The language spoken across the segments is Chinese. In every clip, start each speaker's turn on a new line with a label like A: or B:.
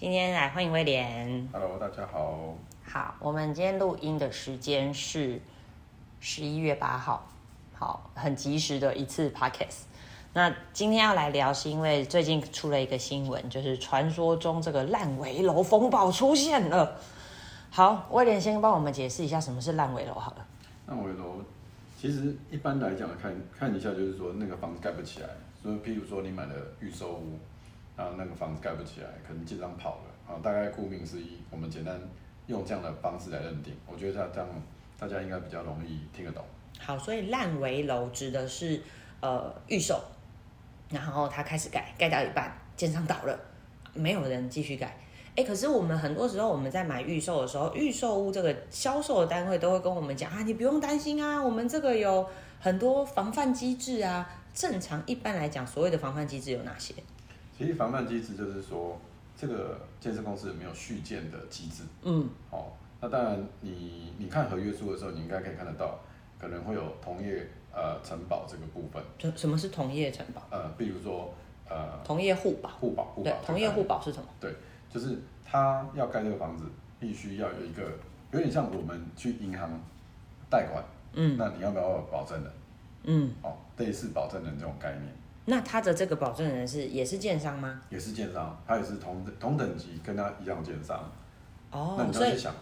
A: 迎威廉。
B: Hello，大家好。
A: 好，我们今天录音的时间是十一月八号，好，很及时的一次 podcast。那今天要来聊，是因为最近出了一个新闻，就是传说中这个烂尾楼风暴出现了。好，威廉先帮我们解释一下什么是烂尾楼好了。
B: 烂尾楼其实一般来讲，看看一下就是说那个房子盖不起来，所以譬如说你买了预售屋，然后那个房子盖不起来，可能建商跑了啊，大概顾名思义，我们简单用这样的方式来认定，我觉得这样大家应该比较容易听得懂。
A: 好，所以烂尾楼指的是呃预售，然后他开始盖，盖到一半，建商倒了，没有人继续盖。哎，可是我们很多时候我们在买预售的时候，预售屋这个销售的单位都会跟我们讲啊，你不用担心啊，我们这个有很多防范机制啊。正常一般来讲，所谓的防范机制有哪些？
B: 其实防范机制就是说，这个建设公司有没有续建的机制？
A: 嗯，
B: 哦，那当然你你看合约书的时候，你应该可以看得到，可能会有同业呃承保这个部分，
A: 什什么是同业承保？
B: 呃，比如说呃
A: 同业互保？
B: 互保互
A: 对
B: 保，
A: 同业互保是什么？
B: 对，就是他要盖这个房子，必须要有一个有点像我们去银行贷款，
A: 嗯
B: 那你要不要有保证人？
A: 嗯，
B: 哦，类似保证人这种概念，
A: 那他的这个保证人是也是建商吗？
B: 也是建商，他也是同同等级跟他一样的建商，那
A: 哦
B: 你，就
A: 所
B: 会去
A: 以
B: 想，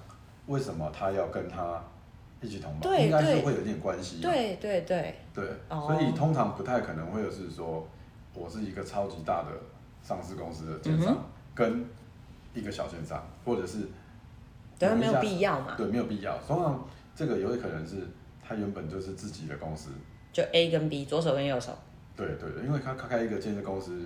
B: 为什么他要跟他一起同保？
A: 对
B: 应该是
A: 对
B: 会有一点关系嘛。啊
A: 对对对，
B: 对，
A: 哦
B: 所以通常不太可能会有是说，我是一个超级大的上市公司的建商，
A: 嗯
B: 跟一个小建商，或者是
A: 对，没有
B: 家
A: 必要嘛，
B: 对，没有必要。通常这个有可能是他原本就是自己的公司，
A: 就 A 跟 B，左手跟右手，
B: 对对对，因为他他开一个建设公司，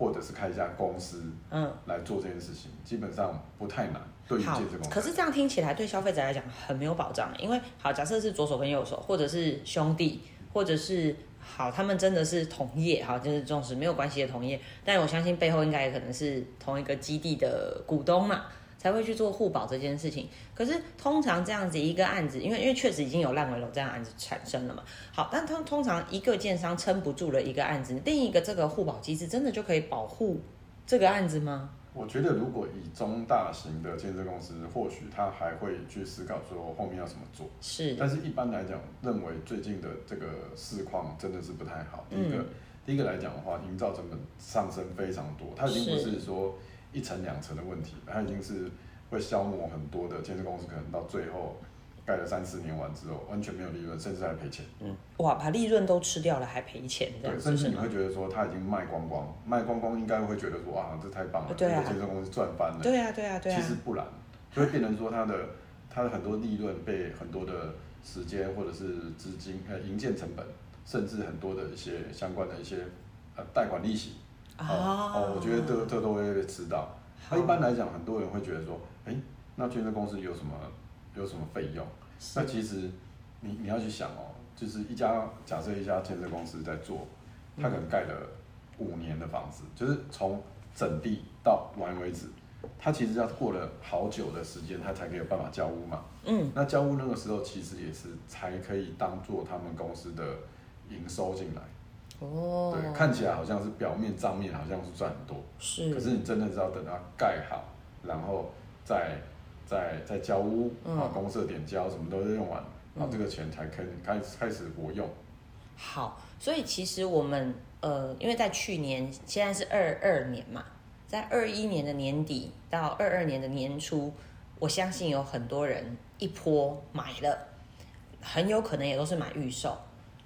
B: 或者是开一家公司
A: 嗯，
B: 来做这件事情，基本上不太难。对于建
A: 好
B: 设公司，。
A: 可是这样听起来对消费者来讲很没有保障，因为好，假设是左手跟右手，或者是兄弟，或者是好，他们真的是同业，好，就是纵使没有关系的同业，但我相信背后应该也可能是同一个基地的股东嘛。才会去做互保这件事情。可是通常这样子一个案子，因为因为确实已经有烂尾楼这样的案子产生了嘛。好，但通通常一个建商撑不住了一个案子，另一个这个互保机制真的就可以保护这个案子吗？
B: 我觉得如果以中大型的建设公司，或许他还会去思考说后面要怎么做。
A: 是，
B: 但是一般来讲，认为最近的这个市况真的是不太好。第一个，
A: 嗯
B: 第一个来讲的话，营造成本上升非常多，它已经不
A: 是
B: 是说一层两层的问题，它已经是会消磨很多的建设公司，可能到最后盖了三四年完之后，完全没有利润，甚至还赔钱。
A: 嗯，哇，把利润都吃掉了，还赔钱这样
B: 对，
A: 子
B: 甚
A: 是
B: 至你
A: 吗
B: 会？觉得说它已经卖光光，卖光光应该会觉得说啊，这太棒了，
A: 对啊
B: 这个建设公司赚翻了。
A: 对啊，对啊，对啊
B: 其，实不然，就会变成说它的它的很多利润被很多的时间或者是资金呃营建成本，甚至很多的一些相关的一些呃贷款利息
A: 啊
B: 哦哦，我觉得哎这这都会被吃到。
A: 好
B: 那一般来讲，很多人会觉得说，哎，那建设公司有什么有什么费用？
A: 啊
B: 那其实你你要去想哦，就是一家假设一家建设公司在做，
A: 嗯
B: 它可能盖了五年的房子，就是从整地到完为止，它其实要过了好久的时间，它才可以有办法交屋嘛。
A: 嗯，
B: 那交屋那个时候其实也是才可以当做他们公司的营收进来。
A: 哦，
B: 对，看起来好像是表面账面好像是赚很多，
A: 是，
B: 可是你真的是要等它盖好，然后再再再交屋
A: 嗯
B: 啊，公社点交什么都是用完，然后这个钱才开开开始活用。
A: 好，所以其实我们呃，因为在去年，现在是二二年嘛，在二一年的年底到二二年的年初，我相信有很多人一波买了，很有可能也都是买预售。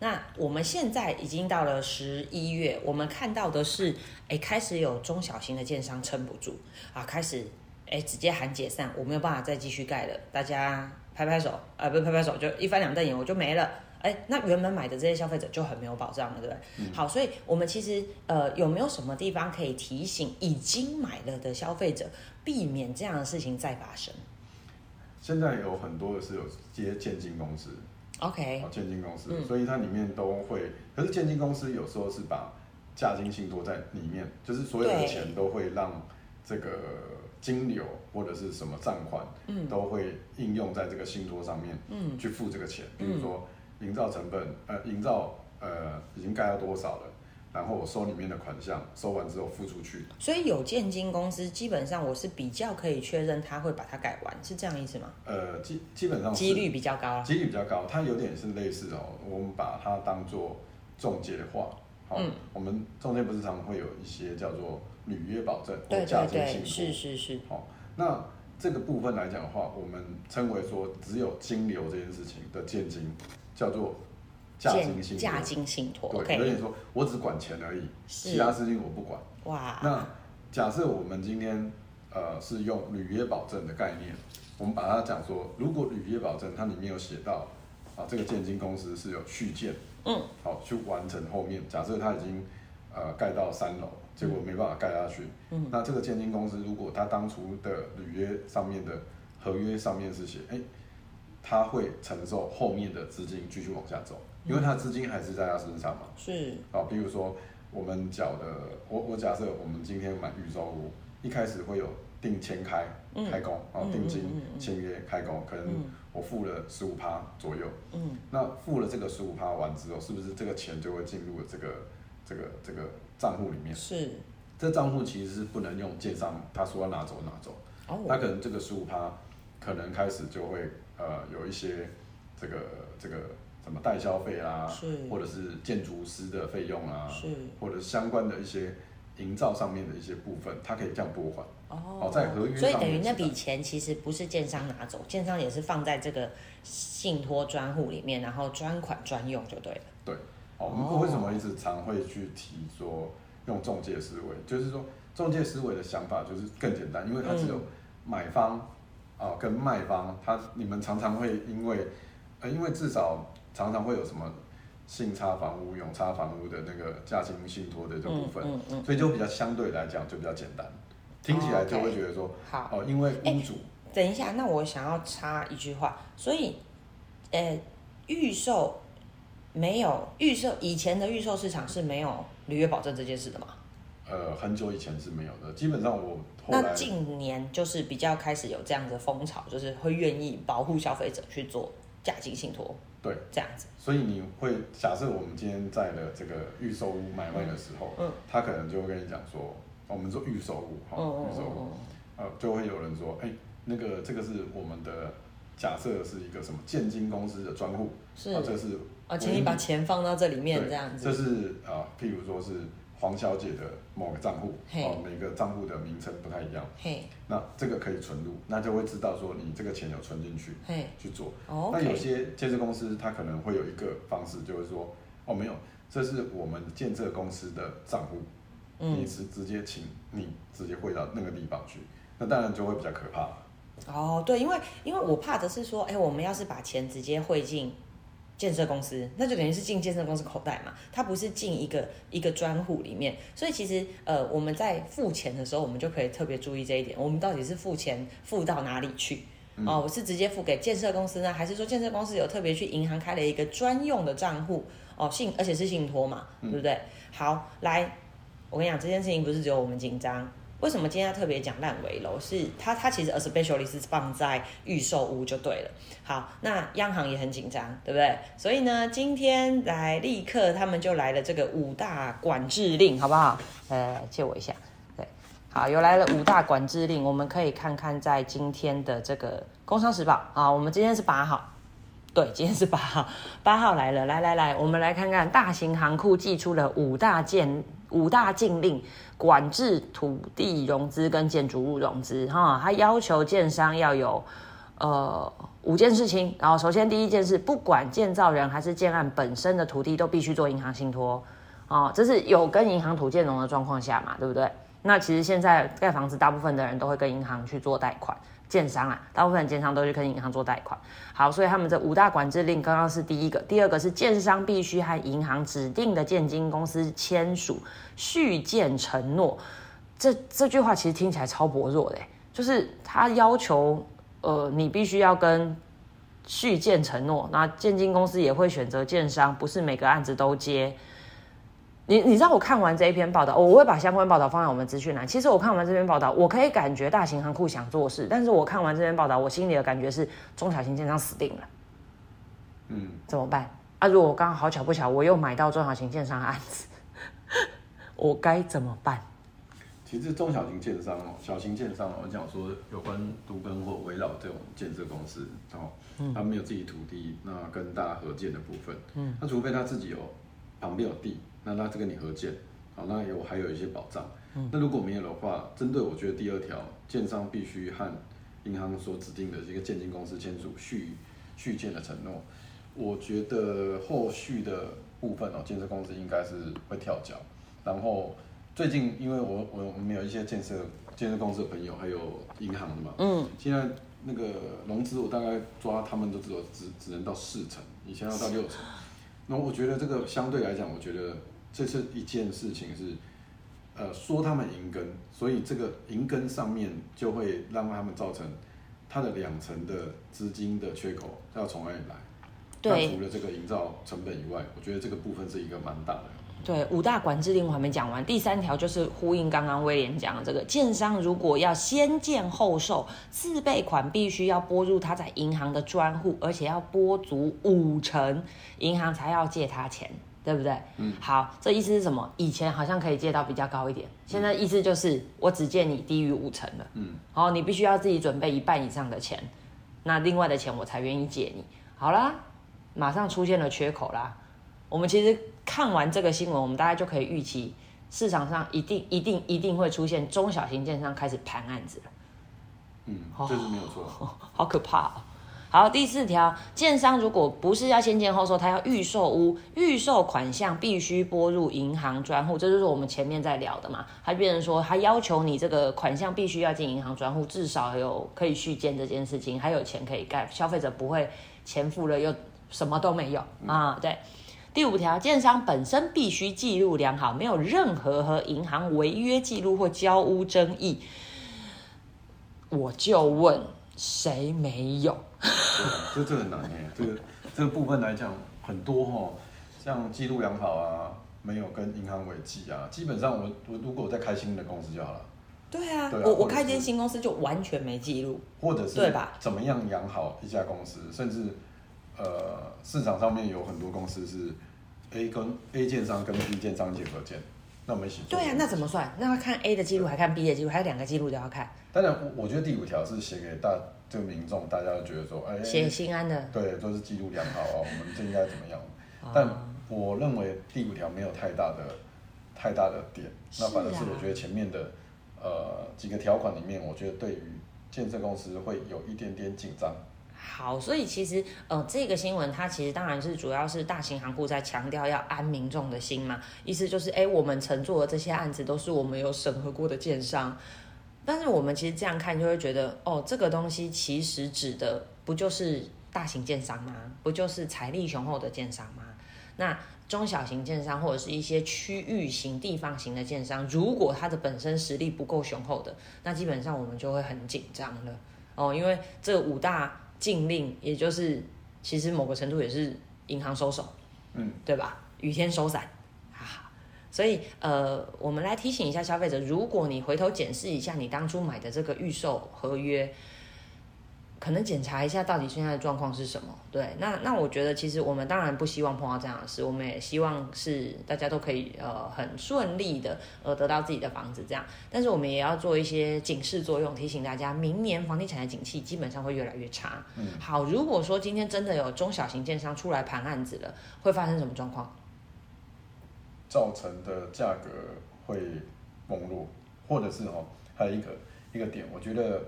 A: 那我们现在已经到了十一月，我们看到的是，哎，开始有中小型的建商撑不住啊，开始哎直接喊解散，我没有办法再继续盖了，大家拍拍手，啊，不是拍拍手，就一翻两瞪眼，我就没了。哎，那原本买的这些消费者就很没有保障了，对不对？
B: 嗯
A: 好，所以我们其实呃有没有什么地方可以提醒已经买了的消费者，避免这样的事情再发生
B: 现在有很多的是有接建金公司，
A: ？OK，
B: 哦，建金公司，
A: 嗯
B: 所以它里面都会，可是建金公司有时候是把价金信托在里面，就是所有的
A: 对
B: 钱都会让这个金流或者是什么账款，
A: 嗯
B: 都会应用在这个信托上面，
A: 嗯，
B: 去付这个钱，比如说营造成本，呃，营造呃已经盖到多少了，然后我收里面的款项，收完之后付出去。
A: 所以有建金公司基本上我是比较可以确认他会把它改完，是这样意思吗？
B: 呃，基基本上是
A: 几率比较高了。
B: 几率比较高，它有点是类似哦，我们把它当做中介化。好，
A: 嗯
B: 我们中间不是常会有一些叫做履约保证或
A: 对
B: 价
A: 对对，
B: 值信托。
A: 是是是，
B: 好，那这个部分来讲的话，我们称为说只有金流这件事情的建金叫做价
A: 建
B: 金信托
A: 价。金信托
B: 对，有
A: ，OK，
B: 点说我只管钱而已，其
A: 是
B: 他事情我不管。
A: 哇，
B: 那假设我们今天呃是用履约保证的概念，我们把它讲说，如果履约保证它里面有写到啊，这个建金公司是有续建，
A: 嗯，
B: 好、去完成后面，假设它已经呃盖到三楼，结果没办法盖下去，嗯，那这个建金公司如果它当初的履约上面的合约上面是写，哎、它会承受后面的资金继续往下走，因为它资金还是在它身上嘛，
A: 是
B: 啊，比如说我们缴的，我我假设我们今天买预售屋，一开始会有定签开、开工啊，
A: 嗯
B: 定金
A: 嗯嗯嗯、
B: 签约、开工，可能
A: 嗯
B: 我付了十五趴左右。
A: 嗯，
B: 那付了这个十五趴完之后，是不是这个钱就会进入这个这个这个账户里面？
A: 是
B: 这账户其实是不能用建商他说要拿走拿走，他
A: 哦，
B: 可能这个十五趴，可能开始就会呃有一些这个这个什么代销费啦，
A: 是
B: 或者是建筑师的费用啊啦，
A: 是
B: 或者相关的一些营造上面的一些部分，它可以这样拨款。
A: 哦
B: 好，在合约上
A: 所
B: 面
A: 以等于那
B: 是
A: 笔
B: 的
A: 钱其实不是建商拿走，建商也是放在这个信托专户里面，然后专款专用就对了。
B: 对，哦，我
A: 哦
B: 们为什么一直常会去提说用中介思维？就是说中介思维的想法就是更简单，因为它
A: 嗯
B: 只有买方啊、跟卖方，他你们常常会因为呃，因为至少常常会有什么信差房屋、永差房屋的那个价金信托的这部
A: 嗯
B: 分，
A: 嗯嗯，
B: 所以就比较相对来讲就比较简单，听起来就会觉得说
A: 好。
B: 哦，因为屋主。
A: 等一下，那我想要插一句话，所以，呃，预售没有预售，以前的预售市场是没有履约保证这件事的嘛？
B: 呃，很久以前是没有的，基本上我后
A: 那
B: 来
A: 近年就是比较开始有这样的风潮，就是会愿意保护消费者去做价金信托
B: 对
A: 这样子。
B: 所以你会假设我们今天在了这个预售屋买卖的时候，
A: 嗯
B: 他可能就会跟你讲说，我们说预售屋，哈、
A: 嗯
B: 预售屋，
A: 嗯
B: 呃，就会有人说，哎、那个这个是我们的假设是一个什么建金公司的专户，
A: 是
B: 啊，这是
A: 哦，请你把钱放到这里面
B: 对
A: 这样
B: 这
A: 子。
B: 是啊、譬如说是黄小姐的某个账户，
A: 嘿
B: 哦，每个账户的名称不太一样，
A: 嘿，
B: 那这个可以存入，那就会知道说你这个钱有存进去
A: 嘿，
B: 去做，
A: 哦
B: 那有
A: ，OK，
B: 些建设公司，它可能会有一个方式，就是说，哦，没有，这是我们建设公司的账户，你
A: 嗯，
B: 直直接请你直接汇到那个地方去，那当然就会比较可怕了。
A: 哦，对，因为因为我怕的是说，哎，我们要是把钱直接汇进建设公司，那就等于是进建设公司口袋嘛，它不是进一个一个专户里面。所以其实呃，我们在付钱的时候，我们就可以特别注意这一点，我们到底是付钱付到哪里去？
B: 嗯
A: 哦，我是直接付给建设公司呢，还是说建设公司有特别去银行开了一个专用的账户？哦，信而且是信托嘛，对
B: 嗯
A: 不对？好，来，我跟你讲，这件事情不是只有我们紧张。为什么今天要特别讲烂尾楼？是它，它其实 especially 是放在预售屋就对了。好，那央行也很紧张，对不对？所以呢，今天来立刻他们就来了这个五大管制令，好不好？呃，借我一下。对，好，有来了五大管制令，我们可以看看在今天的这个《工商时报》啊，我们今天是八号。对，今天是八号， 八号来了，来来来，我们来看看大型行库寄出了五大禁五大禁令，管制土地融资跟建筑物融资哈，它要求建商要有呃五件事情，然后首先第一件事，不管建造人还是建案本身的土地都必须做银行信托哦，这是有跟银行土建融的状况下嘛，对不对？那其实现在盖房子，大部分的人都会跟银行去做贷款，建商啊，大部分建商都去跟银行做贷款。好，所以他们这五大管制令刚刚是第一个，第二个是建商必须和银行指定的建金公司签署续建承诺。这这句话其实听起来超薄弱的欸，就是他要求呃你必须要跟续建承诺，那建金公司也会选择建商，不是每个案子都接。你你知道我看完这一篇报道，我会把相关报道放在我们资讯栏。其实我看完这篇报道，我可以感觉大型行库想做事，但是我看完这篇报道，我心里的感觉是中小型建商死定了，
B: 嗯，
A: 怎么办？啊，如果我刚好巧不巧我又买到中小型建商的案子，
C: 我该怎么办？
B: 其实中小型建商哦，小型建商哦，我讲说有关都跟或围绕这种建设公司哦，他们有自己土地，那跟大家合建的部分，嗯，那除非他自己有旁边有地，那他这跟你合建，好，那有还有一些保障，嗯，那如果没有的话，针对我觉得第二条，建商必须和银行所指定的这个建金公司签署续续建的承诺，我觉得后续的部分哦，建设公司应该是会跳脚，然后。最近因为我我我们有一些建设建设公司的朋友，还有银行的嘛，嗯，现在那个融资我大概抓他们都只有只只能到四成，以前要到六成。那我觉得这个相对来讲，我觉得这是一件事情是，呃，说他们银根，所以这个银根上面就会让他们造成它的两层的资金的缺口要从哪里来？
A: 对
B: 那除了这个营造成本以外，我觉得这个部分是一个蛮大的。
C: 对，五大管制令我还没讲完，第三条就是呼应刚刚威廉讲的这个，建商如果要先建后售，自备款必须要拨入他在银行的专户，而且要拨足五成，银行才要借他钱，对不对？嗯，好，这意思是什么？以前好像可以借到比较高一点，现在意思就是我只借你低于五成了，嗯，哦，你必须要自己准备一半以上的钱，那另外的钱我才愿意借你。好啦，马上出现了缺口啦。我们其实看完这个新闻，我们大概就可以预期市场上一定、一定、一定会出现中小型建商开始盘案子了，
B: 嗯，这是没有错。
C: 哦好可怕哦！好，第四条，建商如果不是要先建后售，他要预售屋，预售款项必须拨入银行专户，这就是我们前面在聊的嘛。他变成说，他要求你这个款项必须要进银行专户，至少有可以续建这件事情，还有钱可以盖，消费者不会钱付了又什么都没有、啊。对，第五条，建商本身必须记录良好，没有任何和银行违约记录或交屋争议。我就问，谁没有？
B: 对啊这这很难哎，这个这个部分来讲很多哈，像记录良好啊，没有跟银行违纪啊，基本上我我如果我在开新的公司就好了，
A: 对啊，
B: 对啊
A: 我
B: 或
A: 我
B: 者
A: 开一间
B: 是
A: 新公司就完全没记录，
B: 或者是
A: 对吧
B: 怎么样养好一家公司，甚至呃市场上面有很多公司是 A 跟 A 建商跟 B 建商一起合建，那我们一起做
A: 对啊，那怎么算？那要看 A 的记录，还看 B 的记录，还有两个记录都要看，
B: 当然我我觉得第五条是写给大这个民众，大家觉得说哎
A: 写心安的。
B: 对，都是记录良好啊，我们这应该怎么样？但我认为第五条没有太大的太大的点，那反而是
C: 是啊
B: 我觉得前面的呃几个条款里面，我觉得对于建设公司会有一点点紧张。
A: 好，所以其实呃，这个新闻它其实当然是主要是大型行库在强调要安民众的心嘛，意思就是哎，我们乘坐的这些案子都是我们有审核过的建商，但是我们其实这样看就会觉得哦，这个东西其实指的不就是大型建商吗？不就是财力雄厚的建商吗？那中小型建商或者是一些区域型、地方型的建商，如果它的本身实力不够雄厚的，那基本上我们就会很紧张了。哦，因为这五大禁令，也就是其实某个程度也是银行收手，
B: 嗯，
A: 对吧？雨天收伞啊，所以呃，我们来提醒一下消费者，如果你回头检视一下你当初买的这个预售合约。可能检查一下到底现在的状况是什么？对，那那我觉得其实我们当然不希望碰到这样的事，我们也希望是大家都可以呃很顺利的呃得到自己的房子这样。但是我们也要做一些警示作用，提醒大家，明年房地产的景气基本上会越来越差。
B: 嗯，
A: 好，如果说今天真的有中小型建商出来盘案子了，会发生什么状况？
B: 造成的价格会崩落，或者是哦，还有一个一个点，我觉得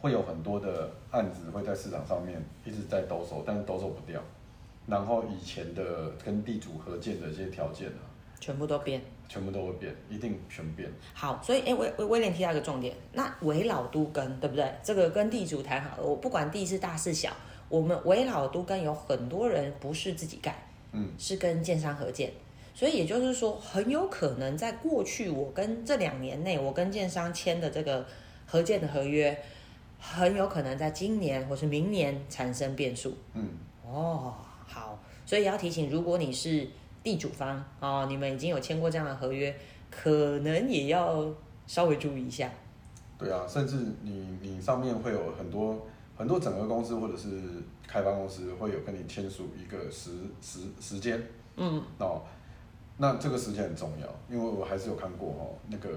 B: 会有很多的案子会在市场上面一直在兜售，但是兜售不掉。然后以前的跟地主合建的一些条件啊，
A: 全部都变
B: 全部都会变，一定全变。
A: 好，所以哎，威威威廉提到一个重点，那围老都跟对不对？这个跟地主谈好了，我不管地是大是小，我们围老都跟有很多人不是自己盖，
B: 嗯，
A: 是跟建商合建。所以也就是说，很有可能在过去我跟这两年内我跟建商签的这个合建的合约，很有可能在今年或是明年产生变数。
B: 嗯，
A: 哦，好，所以要提醒，如果你是地主方哦，你们已经有签过这样的合约，可能也要稍微注意一下。
B: 对啊，甚至你你上面会有很多很多整合公司或者是开发公司会有跟你签署一个时时时间，嗯，哦，那这个时间很重要，因为我还是有看过哦，那个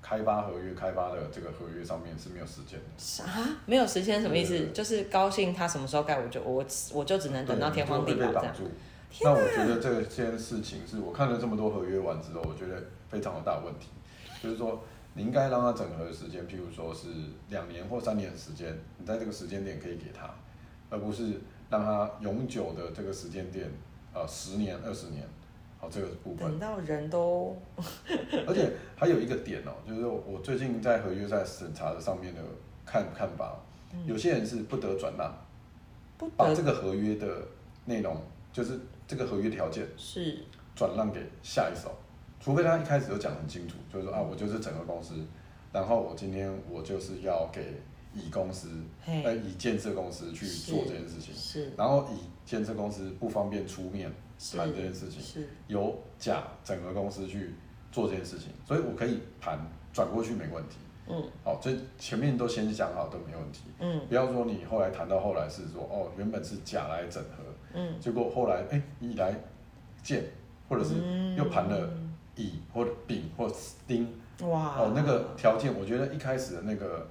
B: 开发合约、开发的这个合约上面是没有时间的，
A: 啥？没有时间什么意思
B: 对？
A: 就是高兴他什么时候盖，我就我我就只能等到
B: 对
A: 天荒地
B: 就会
A: 老
B: 被
A: 这样
B: 挡。住。那我觉得这件事情是我看了这么多合约完之后，我觉得非常有大问题，就是说你应该让他整合的时间，譬如说是两年或三年的时间，你在这个时间点可以给他，而不是让他永久的这个时间点，呃，十年、二十年，好，这个部分
A: 等。到人都嗯
B: 而且还有一个点哦，就是我最近在合约在审查的上面的看看法，哦
A: 嗯
B: 有些人是不得转让，
A: 不
B: 把
A: 得
B: 这个合约的内容，就是这个合约条件
A: 是
B: 转让给下一手，除非他一开始就讲很清楚，就
A: 嗯
B: 是说啊，我就是整个公司，然后我今天我就是要给乙公司，
A: 嘿
B: 呃，乙建设公司去做这件事情，
A: 哎是
B: 然后乙建设公司不方便出面
A: 是
B: 谈这件事情，
A: 是
B: 由甲整个公司去做这件事情，所以我可以盘转过去没问题。
A: 嗯
B: 好，所以前面都先想好都没问题，
A: 嗯
B: 不要说你后来谈到后来是说哦，原本是甲来整合，
A: 嗯
B: 结果后来哎乙来建，或者是
A: 嗯
B: 又盘了乙或者丙或者丁，
A: 哇
B: 哦那个条件，我觉得一开始的那个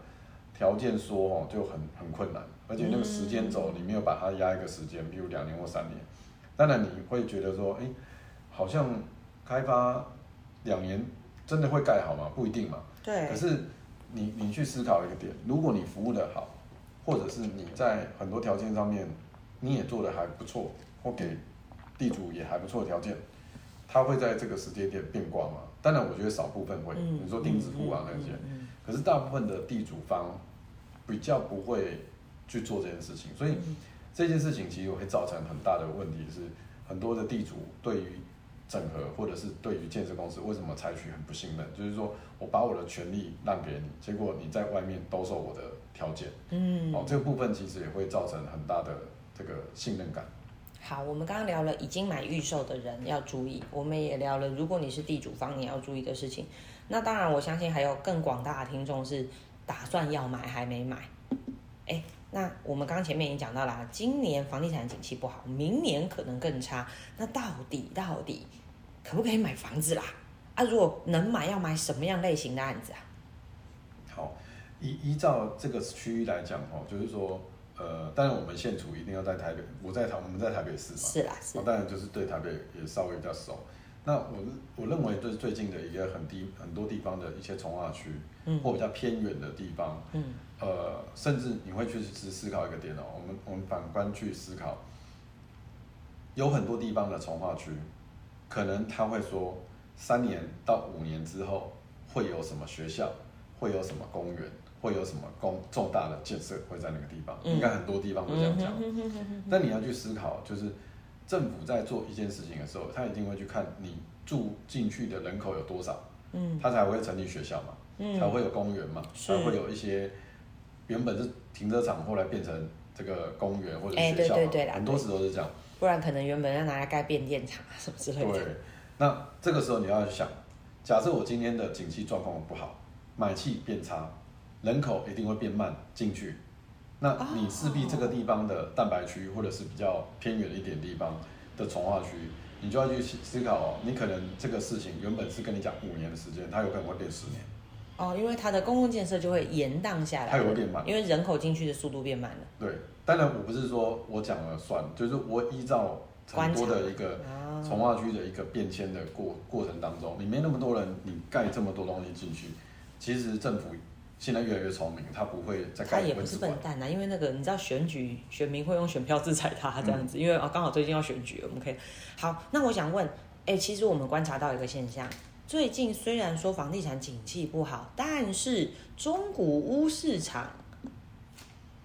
B: 条件说哦就很很困难，而且那个时间轴你没有把它压一个时间，比如两年或三年，当然你会觉得说，哎，好像开发两年真的会盖好吗？不一定嘛。
A: 对
B: 可是你你去思考一个点，如果你服务的好，或者是你在很多条件上面你也做的还不错，或给地主也还不错的条件，他会在这个时间点变卦吗？当然，我觉得少部分会，
A: 嗯
B: 你说钉子户啊那些，可是大部分的地主方比较不会去做这件事情，所以这件事情其实会造成很大的问题是，很多的地主对于整合或者是对于建设公司为什么采取很不信任，就是说我把我的权利让给你，结果你在外面兜售我的条件，
A: 嗯
B: 哦，这个部分其实也会造成很大的这个信任感。
A: 好，我们刚刚聊了已经买预售的人要注意，我们也聊了如果你是地主方你要注意的事情。那当然，我相信还有更广大的听众是打算要买还没买。哎，那我们刚刚前面已经讲到啦，今年房地产景气不好，明年可能更差。那到底到底可不可以买房子啦？啊，如果能买，要买什么样类型的案子啊？
B: 好，依依照这个区域来讲哦，就是说，呃，当然我们现处一定要在台北，我在台我们在台北市嘛，
A: 是啦，是
B: 哦，当然就是对台北也稍微比较熟。那我我认为就是最近的一个很低很多地方的一些从化区，
A: 嗯
B: 或比较偏远的地方，
A: 嗯，
B: 呃，甚至你会去思思考一个点哦，我们我们反观去思考，有很多地方的从化区，可能他会说三年到五年之后会有什么学校，会有什么公园，会有什么公重大的建设会在那个地方，
A: 嗯
B: 应该很多地方会这样讲。
A: 嗯哼哼哼哼
B: 但你要去思考，就是政府在做一件事情的时候，他一定会去看你住进去的人口有多少，
A: 嗯，
B: 他才会成立学校嘛，
A: 嗯
B: 才会有公园嘛，
A: 是
B: 才会有一些原本是停车场，后来变成这个公园或者
A: 哎
B: 学校嘛，
A: 对对对啦
B: 很多时候是这样。
A: 不然可能原本要拿来盖变电厂啊什么之类的。
B: 对，那这个时候你要想，假设我今天的景气状况不好，买气变差，人口一定会变慢进去，那你势必这个地方的蛋白区或者是比较偏远一点地方的从化区，你就要去思考、哦，你可能这个事情原本是跟你讲五年的时间，它有可能会变十年。
A: 哦，因为它的公共建设就会延宕下来，
B: 它有点慢
A: 因为人口进去的速度变慢了。
B: 对，当然我不是说我讲了算，就是我依照很多的一个
A: 啊
B: 从化区的一个变迁的过过程当中，你没那么多人，你盖这么多东西进去，其实政府现在越来越聪明，他不会再
A: 他
B: 盖
A: 也
B: 一
A: 不
B: 文
A: 是
B: 字
A: 笨
B: 馆。
A: 蛋啊呐、因为那个你知道选举选民会用选票制裁他这样
B: 嗯
A: 子，因为啊刚好最近要选举了，我们可以。好，那我想问，哎、其实我们观察到一个现象，最近虽然说房地产景气不好，但是中古屋市场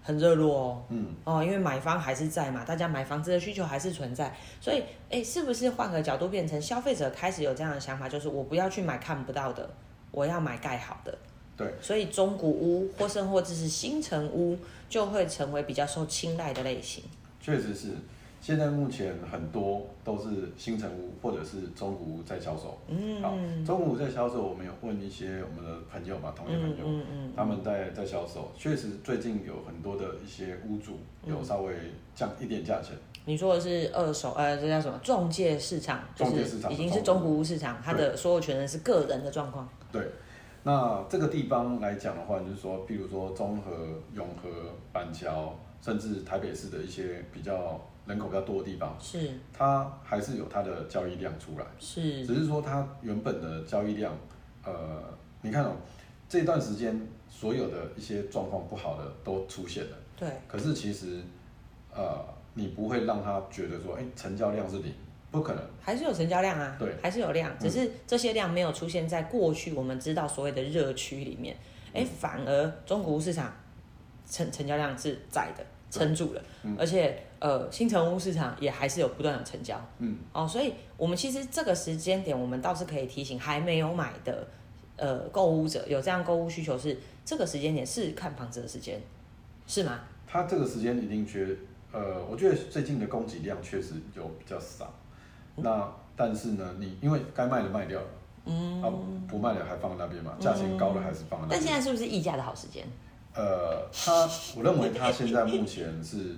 A: 很热络哦。
B: 嗯，
A: 哦，因为买方还是在嘛，大家买房子的需求还是存在，所以，哎，是不是换个角度变成消费者开始有这样的想法，就是我不要去买看不到的，我要买盖好的。
B: 对，
A: 所以中古屋或甚或者是新城屋就会成为比较受青睐的类型。
B: 确实是。现在目前很多都是新城屋或者是中古屋在销售。嗯，好，中古屋在销售，我们有问一些我们的朋友嘛，同业朋
A: 嗯
B: 友，
A: 嗯嗯，
B: 他们在在销售，确实最近有很多的一些屋主有稍微降一点价钱，
A: 你说的是二手，呃，这叫什么？中介市场，就
B: 中介
A: 是
B: 市场
A: 已经是中古屋市场，它的所有权人是个人的状况。
B: 对，那这个地方来讲的话，就是说，譬如说中和、永和、板桥，甚至台北市的一些比较人口比较多的地方，
A: 是
B: 它还是有它的交易量出来，
A: 是
B: 只是说它原本的交易量，呃，你看哦，这段时间所有的一些状况不好的都出现了，
A: 对，
B: 可是其实，呃，你不会让他觉得说，哎，成交量是零，不可能。
A: 还是有成交量啊，
B: 对嗯
A: 还是有量，只是这些量没有出现在过去我们知道所谓的热区里面，
B: 嗯
A: 哎、反而中古屋市场成成交量是在的，
B: 对
A: 撑住了，
B: 嗯
A: 而且呃新城屋市场也还是有不断有成交
B: 嗯，
A: 哦，所以我们其实这个时间点，我们倒是可以提醒还没有买的呃购物者有这样购物需求是这个时间点是看房子的时间，是吗？
B: 它这个时间一定缺，呃，我觉得最近的供给量确实有比较少。
C: 嗯
B: 那但是呢，你因为该卖的卖掉了，嗯，啊不卖的还放在那边嘛，价钱高的还是放在那
C: 嗯但
B: 边。
C: 现在是不是溢价的好时间？
B: 呃，它我认为它现在目前是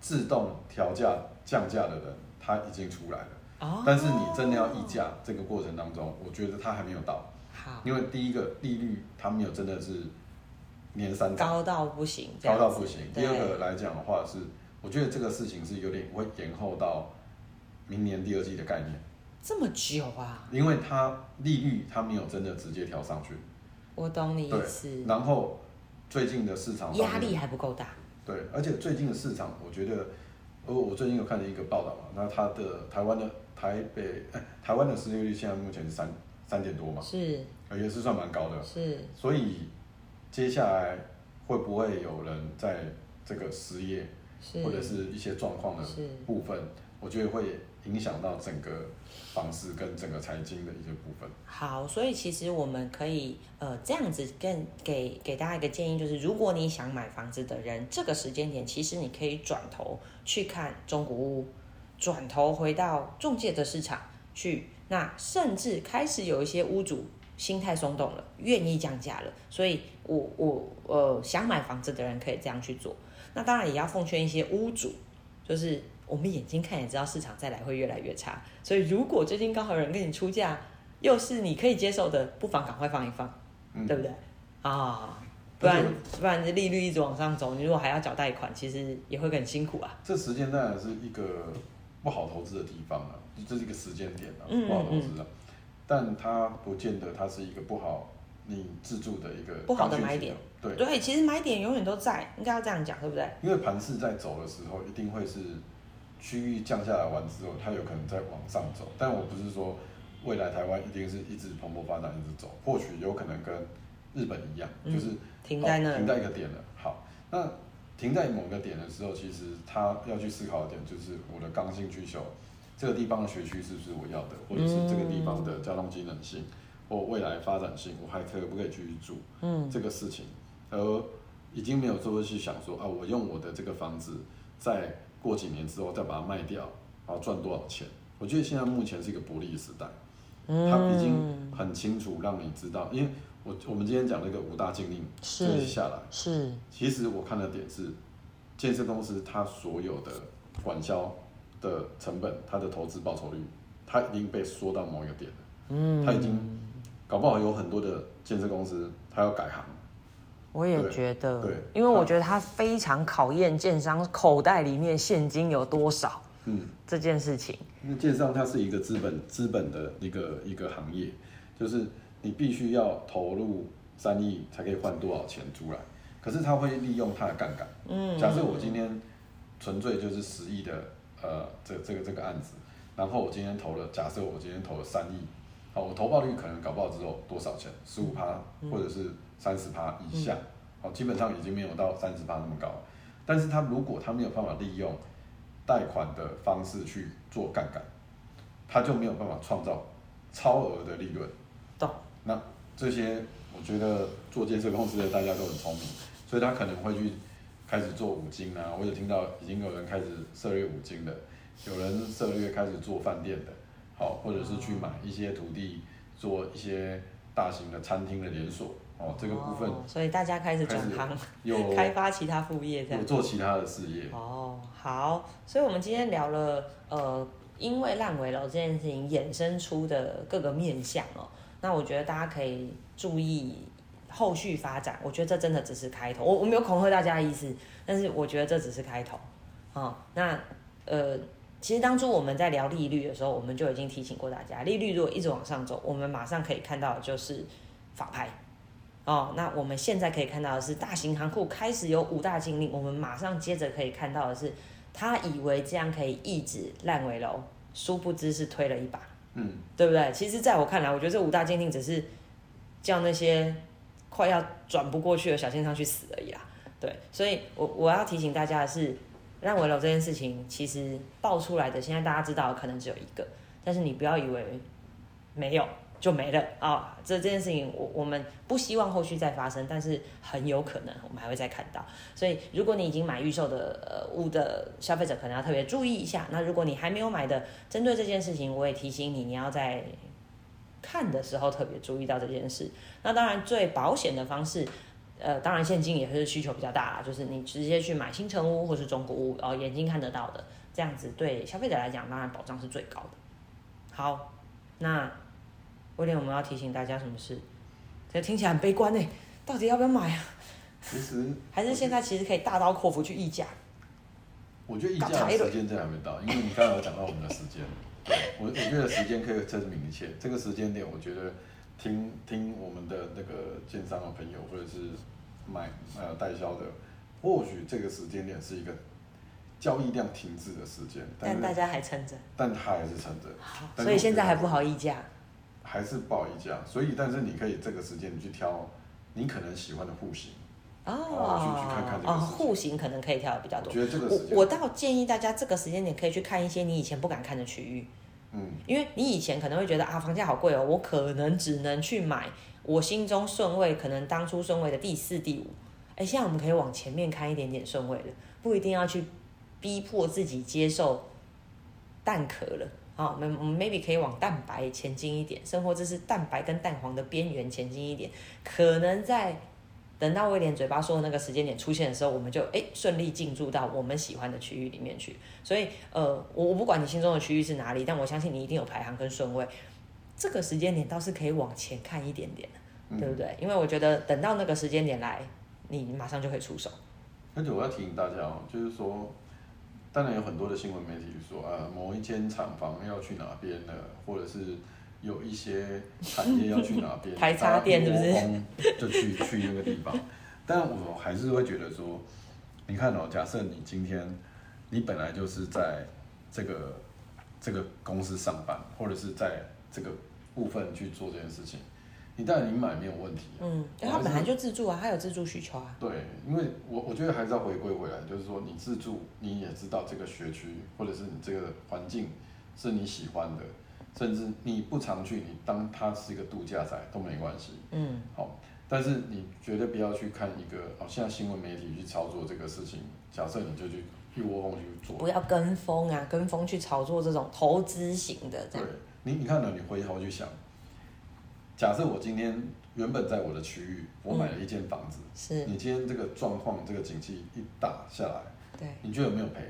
B: 自动调价降价的人，它已经出来了。
A: 哦，
B: 但是你真的要议价这个过程当中，我觉得它还没有到，
A: 好
B: 因为第一个利率它没有真的是年三涨。
A: 高到不行，这
B: 高
A: 样
B: 到
A: 子
B: 不行。
A: 对
B: 第二个来讲的话是，我觉得这个事情是有点会延后到明年第二季的概念，
A: 这么久啊！
B: 因为它利率它没有真的直接调上去，
A: 我懂你意
B: 对
A: 思，。
B: 然后最近的市场方
A: 嗯
B: 面
A: 压力还不够大，
B: 对，而且最近的市场，我觉得，呃，我最近有看了一个报道嘛，那它的台湾的台北、哎台湾的失业率现在目前是三三点多嘛，
A: 是
B: 呃也是算蛮高的，
A: 是，
B: 所以接下来会不会有人在这个失业？
A: 是
B: 或者是一些状况的
A: 是
B: 部分，我觉得会影响到整个房市跟整个财经的一些部分。
A: 好，所以其实我们可以呃这样子更给给大家一个建议，就是如果你想买房子的人，这个时间点其实你可以转头去看中古屋，转头回到中介的市场去，那甚至开始有一些屋主心态松动了，愿意降价了，所以我我呃想买房子的人可以这样去做。那当然也要奉劝一些屋主，就是我们眼睛看也知道市场再来会越来越差，所以如果最近刚好有人跟你出价，又是你可以接受的，不妨赶快放一放，
B: 嗯
A: 对不对？啊，不
B: 而
A: 然
B: 且
A: 不然利率一直往上走，你如果还要缴贷款，其实也会很辛苦啊。
B: 这时间当然是一个不好投资的地方啊，这是一个时间点啊，
A: 嗯
B: 不好投资啊。但它不见得它是一个不好你自住的一个
A: 不好的
B: 刚性
A: 买
B: 需求啊
A: 点。
B: 对，
A: 对，其实买点永远都在，应该要这样讲，对不对？
B: 因为盘势在走的时候，一定会是区域降下来完之后，它有可能再往上走。但我不是说未来台湾一定是一直蓬勃发展，一直走，或许有可能跟日本一样，
A: 嗯
B: 就是
A: 停在那
B: 好
A: 儿
B: 停在一个点了。好，那停在某个点的时候，其实他要去思考的点就是我的刚性需求，这个地方的学区是不是我要的，或者是这个地方的交通机能性，或未来发展性，我还可不可以继续住？嗯，这个事情，呃而已经没有说去想说啊，我用我的这个房子，在过几年之后再把它卖掉，然后赚多少钱？我觉得现在目前是一个薄利的时代，它已经很清楚让你知道，因为我我们今天讲那个五大禁令
C: 是
B: 这些下来，
C: 是
B: 其实我看的点是，建设公司它所有的管销的成本，它的投资报酬率，它已经被缩到某一个点了。嗯，它已经搞不好有很多的建设公司，它要改行。
C: 我也
B: 对
C: 觉得，
B: 对
C: 因为我觉得它非常考验建商口袋里面现金有多少
B: 嗯，
C: 这件事情。
B: 因为建商它是一个资本资本的一个一个行业，就是你必须要投入三亿才可以换多少钱出来，可是它会利用它的杠杆。嗯，假设我今天纯粹就是十亿的呃这这个这个案子，然后我今天投了，假设我今天投了三亿，好，我投报率可能搞不好只有多少钱，十五趴或者是三十趴以下，好，哦基本上已经没有到三十趴那么高了。但是他如果他没有办法利用贷款的方式去做杠杆，他就没有办法创造超额的利润。
A: 懂？
B: 那这些我觉得做建设公司的大家都很聪明，所以他可能会去开始做五金啊，我有听到已经有人开始涉猎五金的，有人涉猎开始做饭店的，好，或者是去买一些土地做一些大型的餐厅的连锁，哦，这个部分
A: 哦所以大家开始转行，
B: 有
A: 开发其他副业这样
B: 有。做其他的事业，
A: 哦，好，所以我们今天聊了呃，因为烂尾楼这件事情衍生出的各个面向哦，那我觉得大家可以注意后续发展。我觉得这真的只是开头，我我没有恐吓大家的意思，但是我觉得这只是开头。哦，那呃，其实当初我们在聊利率的时候，我们就已经提醒过大家，利率如果一直往上走，我们马上可以看到的就是法拍。哦，那我们现在可以看到的是，大型行库开始有五大禁令，我们马上接着可以看到的是，他以为这样可以抑制烂尾楼，殊不知是推了一把，
B: 嗯，
A: 对不对？其实，在我看来，我觉得这五大禁令只是叫那些快要转不过去的小线上去死而已啦。对，所以我我要提醒大家的是，烂尾楼这件事情其实爆出来的，现在大家知道的可能只有一个，但是你不要以为没有就没了啊、这这件事情我我们不希望后续再发生，但是很有可能我们还会再看到。所以如果你已经买预售的呃屋的消费者，可能要特别注意一下。那如果你还没有买的，针对这件事情，我也提醒你，你要在看的时候特别注意到这件事。那当然，最保险的方式，呃，当然现金也是需求比较大啦，就是你直接去买新城屋或是中古屋，哦，眼睛看得到的，这样子对消费者来讲，当然保障是最高的。好，那威廉，我们要提醒大家什么事？这听起来很悲观呢、欸到底要不要买啊？
B: 其实
A: 还是现在其实可以大刀阔斧去议价？
B: 我觉得议价的时间真的还没到，因为你刚才有讲到我们的时间， 对我我觉得时间可以证明一切。这个时间点，我觉得听听我们的那个建商的朋友或者是买呃代销的，或许这个时间点是一个交易量停滞的时间，但
A: 但
B: 是
A: 大家还撑着，
B: 但它还是撑着，
A: 好，
B: 但是
A: 所以现在
B: 我觉得
A: 还不好议价。
B: 还是不好议价。所以，但是你可以这个时间你去挑你可能喜欢的户型，
A: 哦
B: 哦，去去看看这个
A: 哦，
B: 事情
A: 户型可能可以跳的比较
B: 我
A: 多。
B: 觉得这个时
A: 我我
B: 间，
A: 倒建议大家这个时间点可以去看一些你以前不敢看的区域，
B: 嗯，
A: 因为你以前可能会觉得啊房价好贵哦，我可能只能去买我心中顺位可能当初顺位的第四、第五。哎，现在我们可以往前面看一点点顺位了，不一定要去逼迫自己接受蛋壳了。啊，我们我们 maybe 可以往蛋白前进一点，生活就是蛋白跟蛋黄的边缘前进一点，可能在等到威廉嘴巴说的那个时间点出现的时候，我们就哎顺利进驻到我们喜欢的区域里面去。所以呃，我我不管你心中的区域是哪里，但我相信你一定有排行跟顺位。这个时间点倒是可以往前看一点点的，
B: 嗯
A: 对不对？因为我觉得等到那个时间点来，你马上就可以出手。
B: 而且我要提醒大家哦，就是说，当然有很多的新闻媒体说啊，某一间厂房要去哪边了，或者是有一些产业要去哪 边，
A: 台插电是不是
B: 是？就去去那个地方。但我还是会觉得说，你看哦，假设你今天你本来就是在这个这个公司上班，或者是在这个部分去做这件事情，你当然你买没有问题、啊，
A: 嗯，因为他本来就自助啊，他有自助需求啊。
B: 对，因为我我觉得还是要回归回来，就是说你自助，你也知道这个学区或者是你这个环境是你喜欢的，甚至你不常去，你当它是一个度假宅都没关系。
A: 嗯，
B: 好，但是你绝对不要去看一个哦，现在新闻媒体去操作这个事情，假设你就去一窝蜂去做
A: 不，要跟风啊，跟风去炒作这种投资型的这
B: 对
A: 样。
B: 你你看到你回头去想，假设我今天原本在我的区域，我买了一间房子，
A: 是，
B: 你今天这个状况这个景气一打下来。
A: 对，
B: 你觉得有没有赔？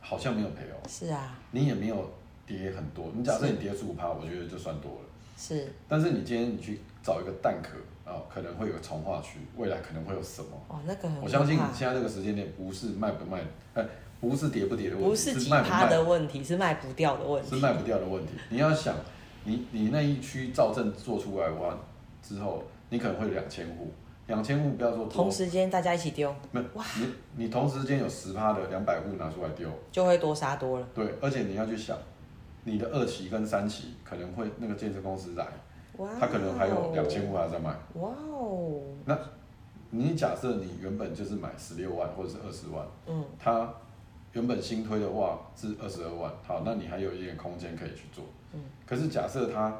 B: 好像没有赔哦，
A: 是啊，
B: 你也没有跌很多。你假设
A: 是
B: 你跌十五趴，我觉得就算多了。
A: 是
B: 但是你今天你去找一个蛋壳啊、可能会有个从化区，未来可能会有什么？
A: 哦，那个很
B: 我相信
A: 可
B: 你
A: 怕
B: 现在这个时间点不是卖不卖，呃，不是跌不跌的问题，
A: 不是
B: 是
A: 几
B: 卖不
A: 趴
B: 卖
A: 的问题，是卖不掉的问
B: 是
A: 题。
B: 卖不掉的问题。你要想，你你那一区造证做出来完之后，你可能会有两千户，两千户不要说多
A: 同，时间大家一起丢，
B: 没有你你同时间有十趴的两百户拿出来丢，
A: 就会多杀多了。
B: 对，而且你要去想，你的二期跟三期可能会那个建设公司来，
A: 哇哦
B: 他可能还有两千。五还在卖。
A: 哇哦，
B: 那你假设你原本就是买十六万或者是二十万，
A: 嗯，
B: 他原本新推的话是二十二万，好，那你还有一点空间可以去做。
A: 嗯，
B: 可是假设他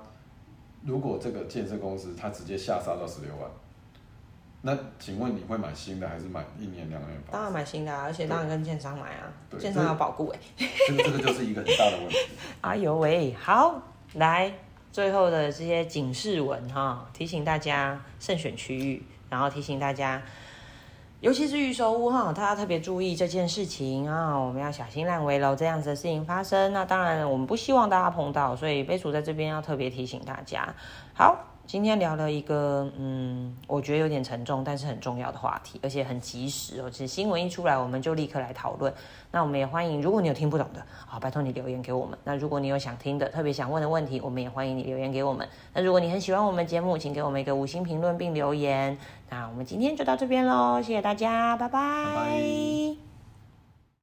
B: 如果这个建设公司他直接下杀到十六万，那请问你会买新的还是买一年两年的
A: 当
B: 房
A: 然
B: 子？
A: 买新的、啊，而且当然跟建商买啊，
B: 对
A: 建商有保固哎、
B: 这个这个就是一个很大的问题。
A: 哎呦喂，好，来最后的这些警示文哈、提醒大家慎选区域，然后提醒大家，尤其是预售屋哈、大家特别注意这件事情啊、我们要小心烂尾楼这样子的事情发生。那当然，我们不希望大家碰到，所以贝鼠在这边要特别提醒大家。好，今天聊了一个嗯，我觉得有点沉重，但是很重要的话题，而且很及时哦。其实新闻一出来，我们就立刻来讨论。那我们也欢迎，如果你有听不懂的，好，拜托你留言给我们。那如果你有想听的，特别想问的问题，我们也欢迎你留言给我们。那如果你很喜欢我们节目，请给我们一个五星评论并留言。那我们今天就到这边喽，谢谢大家，拜拜
B: 拜拜